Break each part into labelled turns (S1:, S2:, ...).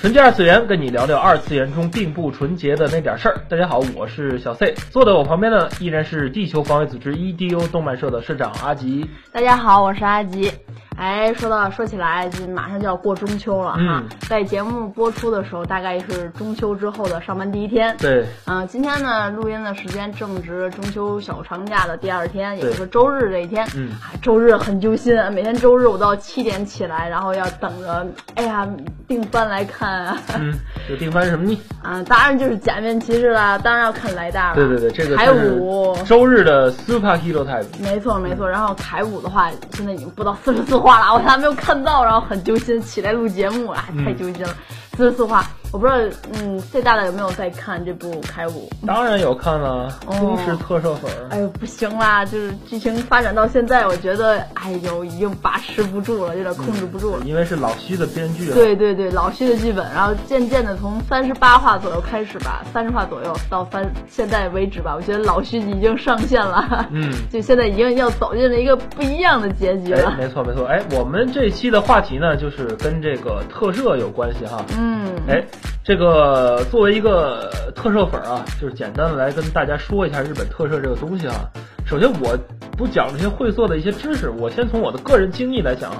S1: 纯洁二次元，跟你聊聊二次元中并不纯洁的那点事儿。大家好，我是小 C，坐在我旁边的依然是地球防卫组织 EDO 动漫社的社长阿吉。
S2: 大家好，我是阿吉。哎，说到说起来，这马上就要过中秋了哈。
S1: 嗯
S2: 在节目播出的时候，大概是中秋之后的上班第一天。
S1: 对，
S2: 嗯、今天呢，录音的时间正值中秋小长假的第二天，也
S1: 对
S2: 就是周日这一天。
S1: 嗯
S2: 哎，周日很揪心，啊每天周日我都要七点起来，然后要等着，哎呀，订番来看啊。
S1: 嗯，这定番什么呢？
S2: 啊，当然就是假面骑士啦，当然要看莱大了。
S1: 对对对，这个
S2: 还
S1: 就
S2: 有
S1: 是
S2: 五。
S1: 周日的 Super Hero Type。
S2: 没错没错，然后凯五的话现在已经播到四十四话了，我还没有看到，然后很揪心，起来录节目啊，
S1: 嗯
S2: 太揪心了。四十四话，我不知道，嗯，这大大有没有在看这部凯五？
S1: 当然有看了，
S2: 哦
S1: 忠实特摄粉儿。
S2: 哎呦，不行啦，就是剧情发展到现在，我觉得，哎呦，已经把持不住了，有点控制不住了。
S1: 因为是老徐的编剧啊，
S2: 对对对，老徐的剧本，然后渐渐的从三十八话左右开始吧，三十话左右到三现在为止吧，我觉得老徐已经上线了，
S1: 嗯
S2: 就现在已经要走进了一个不一样的结局了
S1: 哎，。没错没错，哎，我们这期的话题呢，就是跟这个特摄有关系哈。
S2: 嗯，
S1: 哎，这个作为一个特摄粉儿啊，就是简单的来跟大家说一下日本特摄这个东西啊。首先，我不讲这些会做的一些知识，我先从我的个人经历来讲啊。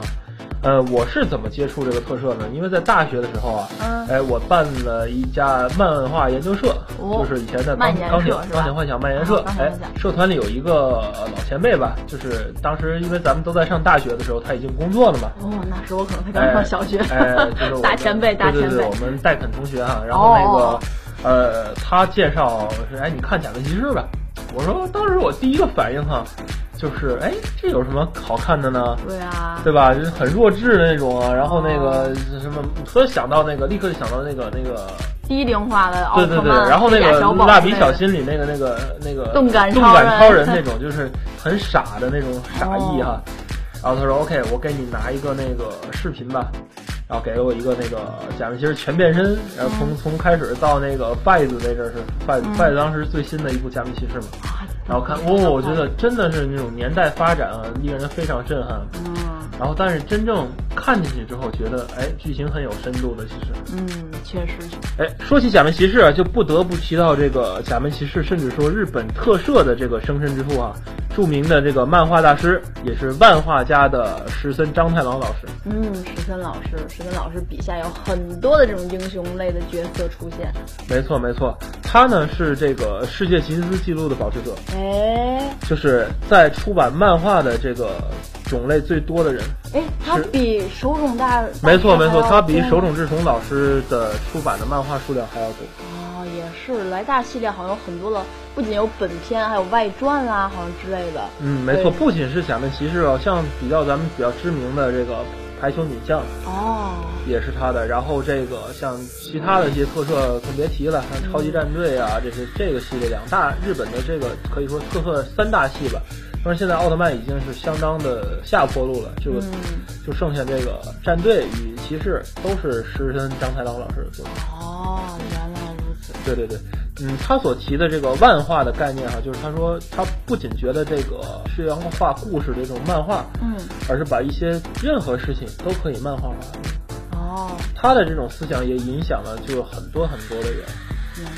S1: 呃，我是怎么接触这个特摄呢？因为在大学的时候啊，
S2: 嗯
S1: 哎，我办了一家漫画研究社，
S2: 哦
S1: 就是以前的钢
S2: 漫
S1: 铁
S2: 研
S1: 钢铁
S2: 社是吧
S1: 钢铁幻想漫研社
S2: 啊钢，铁
S1: 哎
S2: 幻，想
S1: 社团里有一个呃老前辈吧，就是当时因为咱们都在上大学的时候，他已经工作了嘛，
S2: 哦，那时候我可能才刚
S1: 哎，
S2: 上小学，
S1: 哎，就是我
S2: 大前辈，大前
S1: 对对对，
S2: 辈
S1: 我，们戴肯同学啊哈、然后那个、
S2: 哦
S1: 呃，他介绍是哎，你看《假面骑士》吧。我说当时我第一个反应哈、就是哎，这有什么好看的呢？
S2: 对啊，
S1: 对吧？就是很弱智的那种啊，然后那个什么，突然想到那个，立刻就想到那个那个，
S2: 低龄化的奥
S1: 对
S2: 特
S1: 对
S2: 曼，
S1: 对，然后那
S2: 黑
S1: 个
S2: 甲小宝
S1: 蜡笔
S2: 之类
S1: 小
S2: 的，
S1: 新里那个那个那个
S2: 动感
S1: 动
S2: 超
S1: 感
S2: 人哦
S1: 超人那种，就是很傻的那种傻意哈。然后他说 OK，我给你拿一个那个视频吧，然后给了我一个那个假面骑士全变身，然后从、从开始到那个 Fight 那阵儿是 Fight、
S2: 哦嗯
S1: Fight 当时最新的一部假面骑士嘛，
S2: 啊
S1: 然后看哦，我觉得真的是那种年代发展啊，令人非常震撼。
S2: 嗯
S1: 然后但是真正看进去之后，觉得哎剧情很有深度的，其实。
S2: 嗯，确实，
S1: 哎，说起假面骑士啊，就不得不提到这个假面骑士，甚至说日本特摄的这个生身之处啊，著名的这个漫画大师，也是漫画家的石森章太郎老师。
S2: 嗯，石森老师，石森老师笔下有很多的这种英雄类的角色出现，
S1: 没错没错，他呢是这个世界吉尼斯纪录的保持者，
S2: 哎
S1: 就是在出版漫画的这个种类最多的人。
S2: 哎，他
S1: 是
S2: 比手冢大，
S1: 没错没错，
S2: 大师还要嗯
S1: 他比
S2: 多
S1: 手冢治虫老师的出版的漫画数量还要多。
S2: 哦，也是，莱大系列好像有很多了，不仅有本片，还有外传啊，好像之类的，
S1: 嗯，没错，
S2: 对
S1: 不仅是假面骑士啊，像比较咱们比较知名的这个排球女将。
S2: 哦。
S1: 也是他的。然后这个像其他的一些特摄更别提了，像超级战队啊，这些这个系列两大日本的这个可以说特摄三大系吧。但是现在奥特曼已经是相当的下坡路了，就、
S2: 嗯
S1: 就剩下这个战队与骑士都是石森章太郎老师做的。
S2: 哦，原来如此。
S1: 对对对，嗯，他所提的这个漫画的概念哈、啊就是他说他不仅觉得这个是要画故事这种漫画，
S2: 嗯，
S1: 而是把一些任何事情都可以漫画化。
S2: 哦，
S1: 他的这种思想也影响了就是很多很多的人。
S2: 明白。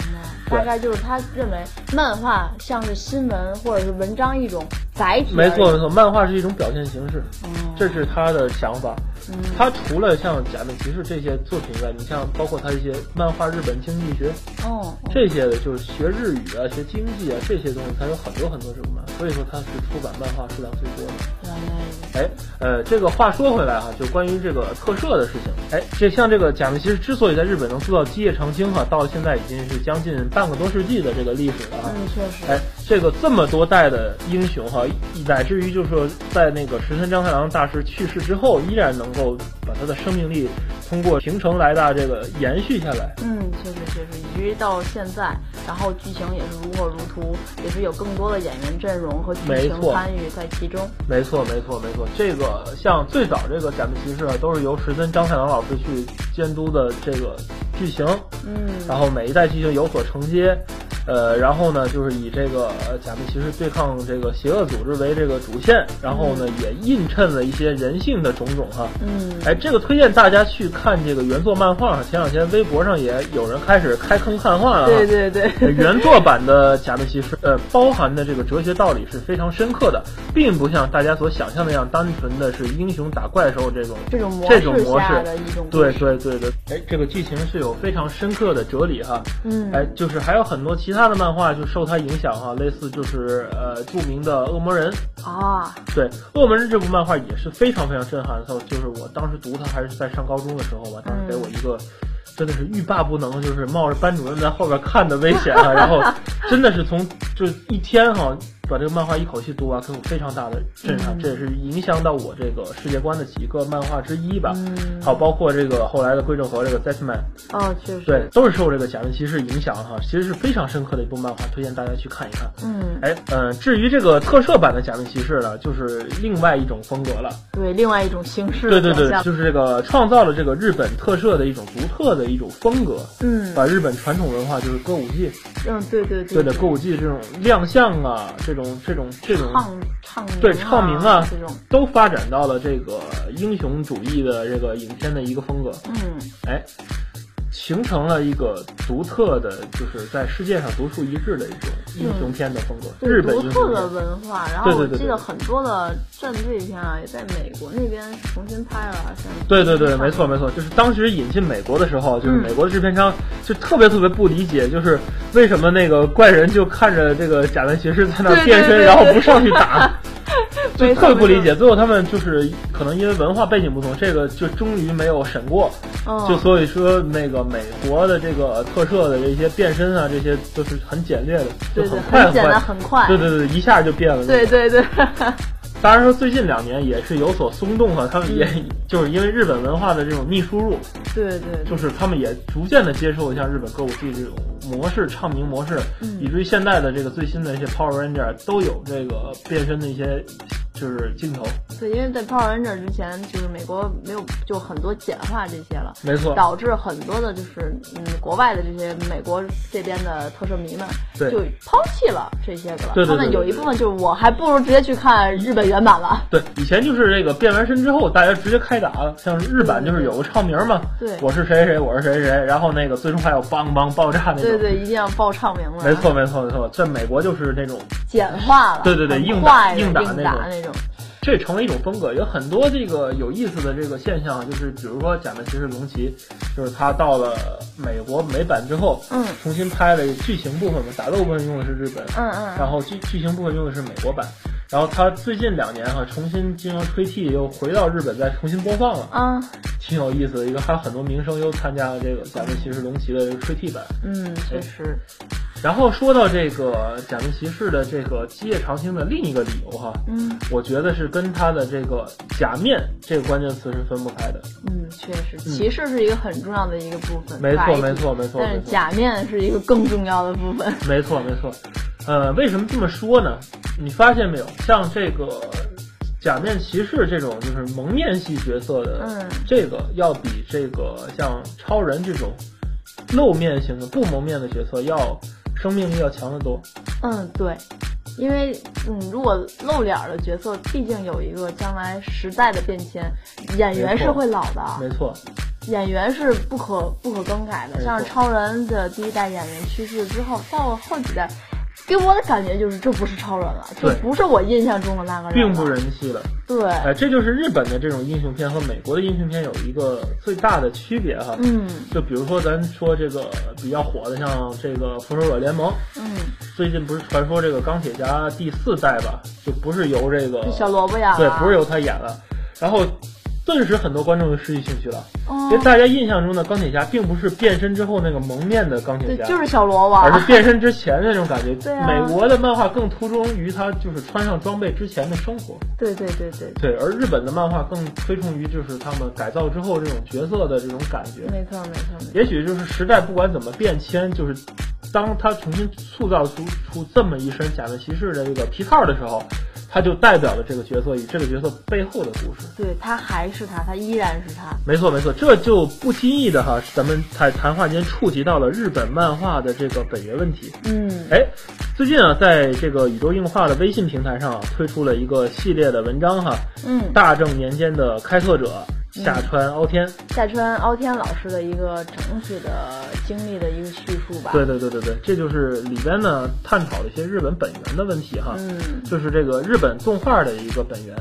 S1: 对
S2: 大概就是他认为漫画像是新闻或者是文章一种载体。
S1: 没错没。错，漫画是一种表现形式，
S2: 嗯，
S1: 这是他的想法。
S2: 嗯
S1: 他除了像假面骑士这些作品以外，你像包括他一些漫画日本经济学
S2: 哦，哦
S1: 这些的，就是学日语啊、学经济啊这些东西，他有很多很多这种漫，所以说他是出版漫画数量最多的。
S2: 原来如此。
S1: 哎，呃，这个话说回来哈、就关于这个特摄的事情，哎，这像这个假面骑士之所以在日本能做到基业长青哈、到现在已经是将近半个多世纪的这个历史了啊。
S2: 嗯，确实。
S1: 哎，这个这么多代的英雄哈，乃至于就是说，在那个石森章太郎大师去世之后，依然能够把他的生命力通过平成来大这个延续下来。
S2: 嗯，确实确实，以至于到现在，然后剧情也是如火如荼，也是有更多的演员阵容和剧
S1: 没
S2: 情
S1: 错
S2: 参与在其中。
S1: 没错，没错，没错。这个像最早这个假面骑士啊，都是由石森章太郎老师去监督的这个剧情，
S2: 嗯，
S1: 然后每一代剧情有所承接。呃，然后呢，就是以这个呃假面骑士对抗这个邪恶组织为这个主线，然后呢，也映衬了一些人性的种种哈、
S2: 嗯，
S1: 哎，这个推荐大家去看这个原作漫画。前两天微博上也有人开始开坑看画了。
S2: 对。对对，
S1: 呃原作版的《假面骑士》呃，包含的这个哲学道理是非常深刻的，并不像大家所想象那样单纯的是英雄打怪兽这种
S2: 这种模
S1: 这种模
S2: 下
S1: 式。
S2: 的一种
S1: 对
S2: 故事
S1: 对对对，哎，这个剧情是有非常深刻的哲理哈、
S2: 嗯，
S1: 哎，就是还有很多其他的漫画就受它影响哈、类似就是呃著名的《恶魔人》，
S2: 啊，
S1: 对，《恶魔人》这部漫画也是非常非常震撼的，就是我当时读它还是在上高中的时候吧，当时
S2: 嗯
S1: 给我一个真的是欲罢不能，就是冒着班主任在后边看的危险啊， 然后真的是从就一天哈、把这个漫画一口气读完，给我非常大的震撼，
S2: 嗯
S1: 这也是影响到我这个世界观的几个漫画之一吧。
S2: 嗯
S1: 好，包括这个后来的归正和这个 Deathman，
S2: 哦，确实，
S1: 对，都是受这个假面骑士影响哈、其实是非常深刻的一部漫画，推荐大家去看一看。
S2: 嗯，
S1: 哎，嗯、至于这个特摄版的假面骑士呢，就是另外一种风格了。
S2: 对，另外一种形式
S1: 对
S2: 的
S1: 对对
S2: 表，现
S1: 就是这个创造了这个日本特摄的一种独特的一种风格，
S2: 嗯
S1: 把日本传统文化就是歌舞伎，
S2: 嗯，对对
S1: 对
S2: 对
S1: 的歌舞伎这种亮相啊，这种这种这种
S2: 唱唱名
S1: 对唱名啊
S2: 这种，
S1: 都发展到了这个英雄主义的这个影片的一个风格，
S2: 嗯
S1: 哎，形成了一个独特的，就是在世界上独树一帜的一种英雄片的风格，
S2: 嗯对
S1: 日本
S2: 独
S1: 英
S2: 特
S1: 雄
S2: 的
S1: 片。
S2: 文化。然
S1: 对
S2: 后
S1: 对
S2: 我
S1: 对
S2: 记
S1: 对
S2: 得很多的战队片啊，也在美国那边重新拍了，啊像
S1: 对对对，没错没错，就是当时引进美国的时候，就是
S2: 嗯
S1: 美国的制片商就特别特别不理解，就是为什么那个怪人就看着这个假面骑士在那儿
S2: 对对
S1: 变身，
S2: 对
S1: 然后不上去 打，就
S2: 没错
S1: 特别不理。
S2: 没
S1: 解。最后他们就是可能因为文化背景不同，这个就终于没有审过，
S2: 错
S1: 就
S2: 嗯，
S1: 所以说那个美国的这个特摄的这些变身啊，这些都是很简略的，就
S2: 对对，
S1: 快
S2: 很
S1: 很
S2: 简单，
S1: 快。
S2: 很快。
S1: 对对对，一下就变了。
S2: 对对对，
S1: 当然说最近两年也是有所松动了，他们也、
S2: 嗯
S1: 就是因为日本文化的这种逆输入，
S2: 对对
S1: 就
S2: 对，
S1: 是他们也逐渐的接受像日本歌舞伎这种模式、唱名模式，
S2: 嗯
S1: 以至于现在的这个最新的一些 Power Ranger 都有这个变身的一些就是镜头。
S2: 对，因为在 Power Ranger 之前，就是美国没有就很多简化这些了。
S1: 没错，
S2: 导致很多的就是嗯国外的这些美国这边的特摄迷们
S1: 对
S2: 就抛弃了这些个了。
S1: 对对对
S2: 他们有一部分就是我还不如直接去看日本原版了。
S1: 对，以前就是这个变完身之后，大家直接开打了。像日版就是有个唱名嘛，
S2: 对
S1: 我是谁谁，我是谁谁，然后那个最终还有梆梆爆炸那种。
S2: 对对，一定要报唱名了。
S1: 没，错，没错，没错，在美国就是那种，
S2: 简化了。
S1: 对对对
S2: 很
S1: 硬打
S2: 快的
S1: 硬打
S2: 硬
S1: 那
S2: 打
S1: 种
S2: 那种。
S1: 这成为一种风格。有很多这个有意思的这个现象，就是比如说假面骑士龙骑，就是他到了美国美版之后，
S2: 嗯
S1: 重新拍了剧情部分嘛，打斗部分用的是日本，
S2: 嗯嗯
S1: 然后剧剧情部分用的是美国版，然后他最近两年哈、重新经常吹替，又回到日本再重新播放了。
S2: 啊
S1: 挺有意思的一个，还有很多名声又参加了这个假面骑士龙骑的这个吹替版。
S2: 嗯，确实。
S1: 然后说到这个假面骑士的这个基业长青的另一个理由哈，
S2: 嗯
S1: 我觉得是跟它的这个假面这个关键词是分不开的。
S2: 嗯，确实，骑士是一个很重要的一个部分。
S1: 没错，
S2: 载体
S1: 没。错，没错，
S2: 但
S1: 没
S2: 是
S1: 错，
S2: 假面是一个更重要的部分。
S1: 没错，没错。呃，为什么这么说呢？你发现没有，像这个假面骑士这种就是蒙面系角色的，
S2: 嗯
S1: 这个要比这个像超人这种露面型的不蒙面的角色要生命力要强得多。
S2: 嗯，对，因为嗯，如果露脸儿的角色，毕竟有一个将来时代的变迁，演员是会老的，啊
S1: 没错，
S2: 演员是不可不可更改
S1: 没
S2: 的。
S1: 错
S2: 像是超人的第一代演员去世之后，到了后几代，给我的感觉就是这不是超人了，这
S1: 对
S2: 不是我印象中的那个人，
S1: 并不。人气的。
S2: 对，
S1: 哎，这就是日本的这种英雄片和美国的英雄片有一个最大的区别哈。
S2: 嗯
S1: 就比如说咱说这个比较火的，像这个《复仇者联盟》，
S2: 嗯，
S1: 最近不是传说这个钢铁侠第四代吧，就不是由这个
S2: 这小萝卜呀，
S1: 对，不是由他演了，然后顿时很多观众就失去兴趣了，因为
S2: 嗯，
S1: 大家印象中的钢铁侠并不是变身之后那个蒙面的钢铁
S2: 对
S1: 侠，，
S2: 就是小萝
S1: 而
S2: 卜
S1: 是。变身之前的那种感觉。
S2: 对啊
S1: 美国的漫画更突衷于他就是穿上装备之前的生活，
S2: 对对对对，
S1: 对，而日本的漫画更推崇于就是他们改造之后这种角色的这种感觉。
S2: 没错没错没错。
S1: 也许就是时代不管怎么变迁，就是当他重新塑造出出这么一身假面骑士的这个皮套的时候，他就代表了这个角色与这个角色背后的故事。
S2: 对他还是他，他依然是他。
S1: 没错没错，这就不经意的哈，咱们在谈话间触及到了日本漫画的这个本源问题。
S2: 嗯，
S1: 哎，最近啊，在这个宇宙映画的微信平台上、啊、推出了一个系列的文章哈，
S2: 嗯，
S1: 大正年间的开拓者下川凹天。
S2: 夏川凹天老师的一个整体的经历的一个叙述吧。
S1: 对，对对对对，这就是里边呢探讨了一些日本本源的问题哈。
S2: 嗯
S1: 就是这个日本动画的一个本源，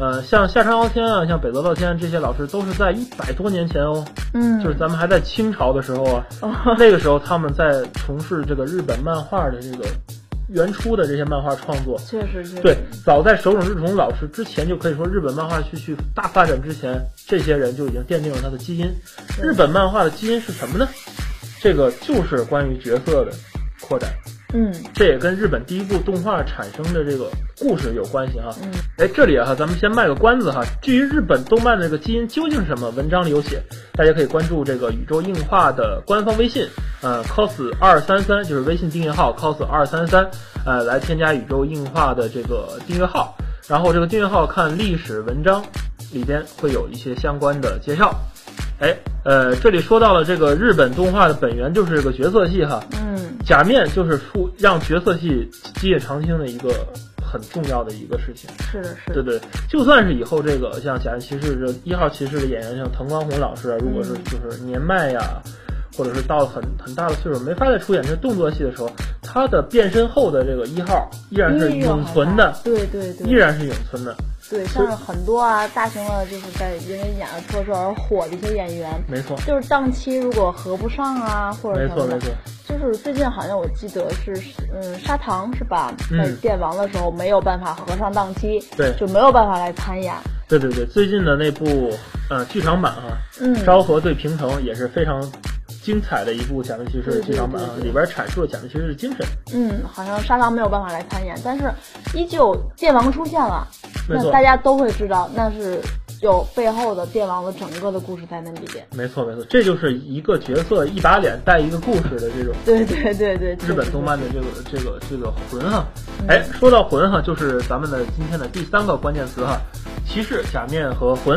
S1: 呃，像夏川凹天啊，像北泽道天这些老师都是在一百多年前哦，
S2: 嗯，
S1: 就是咱们还在清朝的时候啊，
S2: 哦
S1: 那个时候他们在从事这个日本漫画的这个原初的这些漫画创作。
S2: 确实确实。
S1: 对，早在手冢治虫老师之前，就可以说日本漫画去去大发展之前，这些人就已经奠定了它的基因。
S2: 对
S1: 日本漫画的基因是什么呢？这个就是关于角色的扩展，
S2: 嗯
S1: 这也跟日本第一部动画产生的这个故事有关系哈。
S2: 嗯，
S1: 哎，这里哈、咱们先卖个关子哈。至于日本动漫的这个基因究竟是什么，文章里有写，大家可以关注这个宇宙硬化的官方微信，呃，cos 二三三就是微信订阅号 cos 二三三，呃，来添加宇宙硬化的这个订阅号，然后这个订阅号看历史文章里边会有一些相关的介绍。哎，呃，这里说到了这个日本动画的本源就是这个角色戏哈，
S2: 嗯
S1: 假面就是出让角色戏基业长青的一个很重要的一个事情。
S2: 是的是
S1: 对
S2: 的。
S1: 对，就算是以后这个像假面骑士这一号骑士的演员，像藤光宏老师啊，如果是就是年迈呀，或者是到了很很大的岁数没法再出演这动作戏的时候，他的变身后的这个一号依然是
S2: 音乐好
S1: 永存的
S2: 看，对对对，
S1: 依然是永存的，
S2: 对，像是很多啊，大型的就是在因为演了特摄而火的一些演员，
S1: 没错，
S2: 就是档期如果合不上啊，或者
S1: 没
S2: 什
S1: 错没
S2: 么的
S1: 错，，
S2: 就是最近好像我记得是，嗯，砂糖是吧？
S1: 嗯
S2: 在电王的时候没有办法合上档期，
S1: 对
S2: 就没有办法来参演。
S1: 对对对，最近的那部呃剧场版啊，
S2: 嗯，
S1: 昭和对平城也是非常。精彩的一部假面骑士的剧场版啊，
S2: 对对对对
S1: 里边阐述了假面骑士的精神，
S2: 嗯，好像砂糖没有办法来参演，但是依旧电王出现了，
S1: 没
S2: 那
S1: 错
S2: 大家都会知道那是有背后的电王的整个的故事在那里边。
S1: 没错没错，这就是一个角色一把脸带一个故事的这种
S2: 对对对对，嗯
S1: 日本动漫的这个这个这个魂哈，哎，说到魂哈，就是咱们的今天的第三个关键词哈，骑士、假面和魂。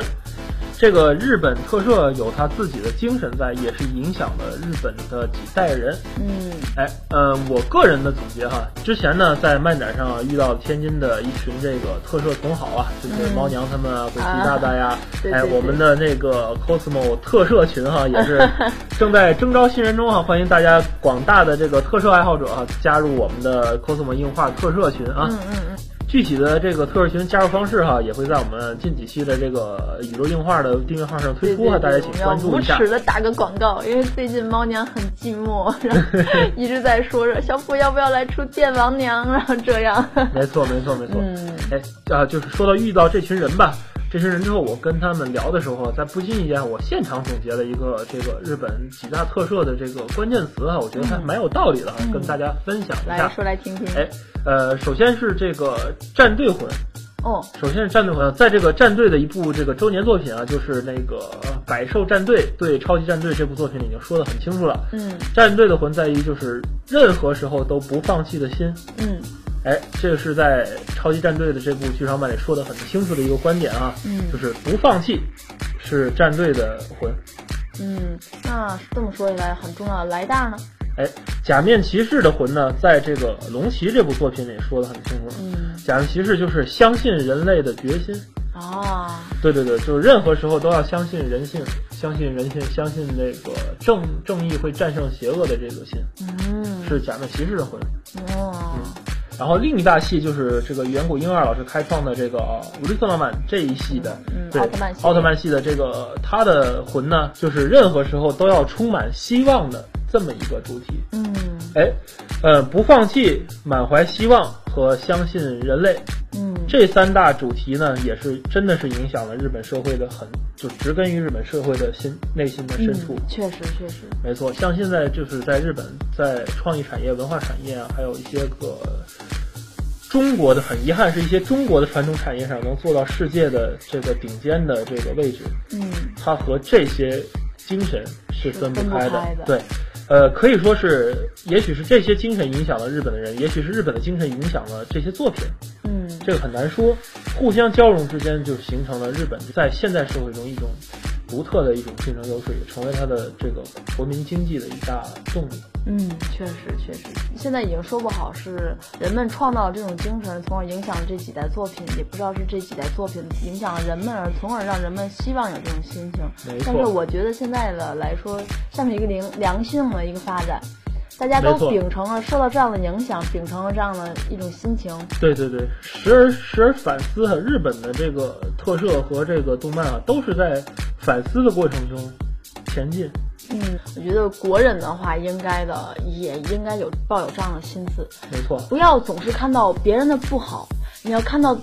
S1: 这个日本特摄有它自己的精神在，也是影响了日本的几代人。
S2: 嗯
S1: 哎，呃，我个人的总结哈，之前呢在漫展上啊遇到天津的一群这个特摄同好啊，就是猫娘他们啊、鬼泣大大呀，
S2: 嗯对
S1: 哎，
S2: 对对
S1: 我们的那个 cosmo 特摄群哈、也 是正在征招新人中啊，欢迎大家广大的这个特摄爱好者啊加入我们的 cosmo 硬化特摄群啊。
S2: 嗯嗯
S1: 具体的这个特摄群加入方式哈、也会在我们近几期的这个宇宙硬化的订阅号上推
S2: 嗯，
S1: 出哈、大家
S2: 对对对
S1: 请
S2: 我
S1: 关
S2: 们要
S1: 注
S2: 无
S1: 一下。
S2: 耻的打个广告，因为最近猫娘很寂寞，然后 一直在说着小虎要不要来出电王娘，然后这 样。
S1: 没错，没错，没错。
S2: 嗯
S1: 哎，啊，就是说到遇到这群人吧，这群人之后，我跟他们聊的时候，在不经意间，我现场总结了一个这个日本几大特摄的这个关键词啊，我觉得还蛮有道理的，啊跟大家分享一
S2: 嗯来
S1: 下。
S2: 说来听听。
S1: 哎，呃，首先是这个战队魂，
S2: 哦，
S1: 首先是战队魂，在这个战队的一部这个周年作品啊，就是那个《百兽战队》对《超级战队》这部作品已经说的很清楚了。
S2: 嗯
S1: 战队的魂在于就是任何时候都不放弃的心，
S2: 嗯
S1: 哎，这个是在《超级战队》的这部剧场版里说的很清楚的一个观点啊，
S2: 嗯
S1: 就是不放弃是战队的魂。
S2: 嗯，那这么说起来很重要，来大呢？
S1: 哎，假面骑士的魂呢，在这个《龙骑》这部作品里说的很清楚了。
S2: 嗯
S1: 假面骑士就是相信人类的决心，
S2: 啊，
S1: 对对对，就是任何时候都要相信人性，相信人性，相信那个正正义会战胜邪恶的这个心。
S2: 嗯，
S1: 是假面骑士的魂。
S2: 哦，
S1: 然后另一大系就是这个远古婴二老师开创的这个呃无力特曼曼这一系的，
S2: 嗯嗯
S1: 对
S2: 奥特曼系列
S1: 奥特曼系的这个他的魂呢，就是任何时候都要充满希望的这么一个主题。
S2: 嗯
S1: 哎，呃，不放弃、满怀希望和相信人类
S2: 嗯，
S1: 这三大主题呢，也是真的是影响了日本社会的很，就植根于日本社会的心内心的深处。
S2: 嗯确实确实，
S1: 没错，像现在就是在日本，在创意产业、文化产业啊，还有一些个中国的，很遗憾是一些中国的传统产业上能做到世界的这个顶尖的这个位置，
S2: 嗯
S1: 它和这些精神是分不开
S2: 是分不开的
S1: 对，呃，可以说是，也许是这些精神影响了日本的人，也许是日本的精神影响了这些作品，
S2: 嗯
S1: 这个很难说。互相交融之间，就形成了日本在现代社会中一种独特的一种竞争优势，也成为它的这个国民经济的一大动力。
S2: 嗯，确实确实，现在已经说不好是人们创造了这种精神，从而影响了这几代作品，也不知道是这几代作品影响了人们，而从而让人们希望有这种心情。
S1: 没
S2: 但是
S1: 错
S2: 我觉得现在的来说，算是一个良良性的一个发展，大家都
S1: 没错
S2: 秉承了受到这样的影响，秉承了这样的一种心情。
S1: 对对对，时而时而反思啊，日本的这个特摄和这个动漫啊，都是在反思的过程中前进。
S2: 嗯，我觉得国人的话，应该的也应该有抱有这样的心思，
S1: 没错，
S2: 不要总是看到别人的不好，你要看到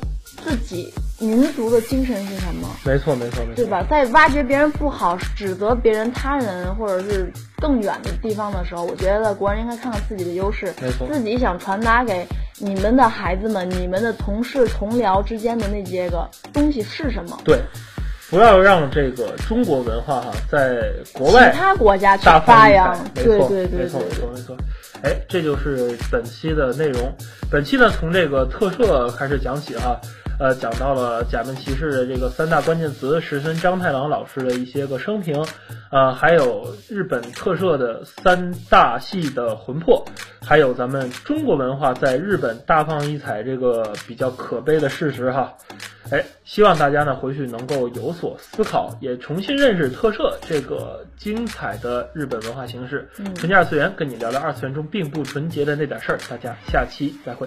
S2: 自己民族的精神是什么。
S1: 没错，没错，没错，
S2: 对吧？？在挖掘别人不好、指责别人、他人或者是更远的地方的时候，我觉得国人应该看看自己的优势
S1: 没错，
S2: 自己想传达给你们的孩子们、你们的同事、同僚之间的那些个东西是什么，
S1: 对，不要让这个中国文化哈、在国
S2: 其
S1: 外
S2: 他国家去
S1: 大
S2: 发
S1: 放异
S2: 扬
S1: 彩。没
S2: 对
S1: 错，
S2: 对对
S1: 没错，
S2: 对
S1: 没，错，没错。哎，这就是本期的内容。本期呢，从这个特摄开始讲起哈，呃，讲到了假面骑士的这个三大关键词，石森章太郎老师的一些个生平，呃，还有日本特摄的三大系的魂魄，还有咱们中国文化在日本大放异彩这个比较可悲的事实哈。哎，希望大家呢回去能够有所思考，也重新认识特摄这个精彩的日本文化形式。
S2: 嗯
S1: 纯洁二次元跟你聊聊二次元中并不纯洁的那点事儿，大家下期再会。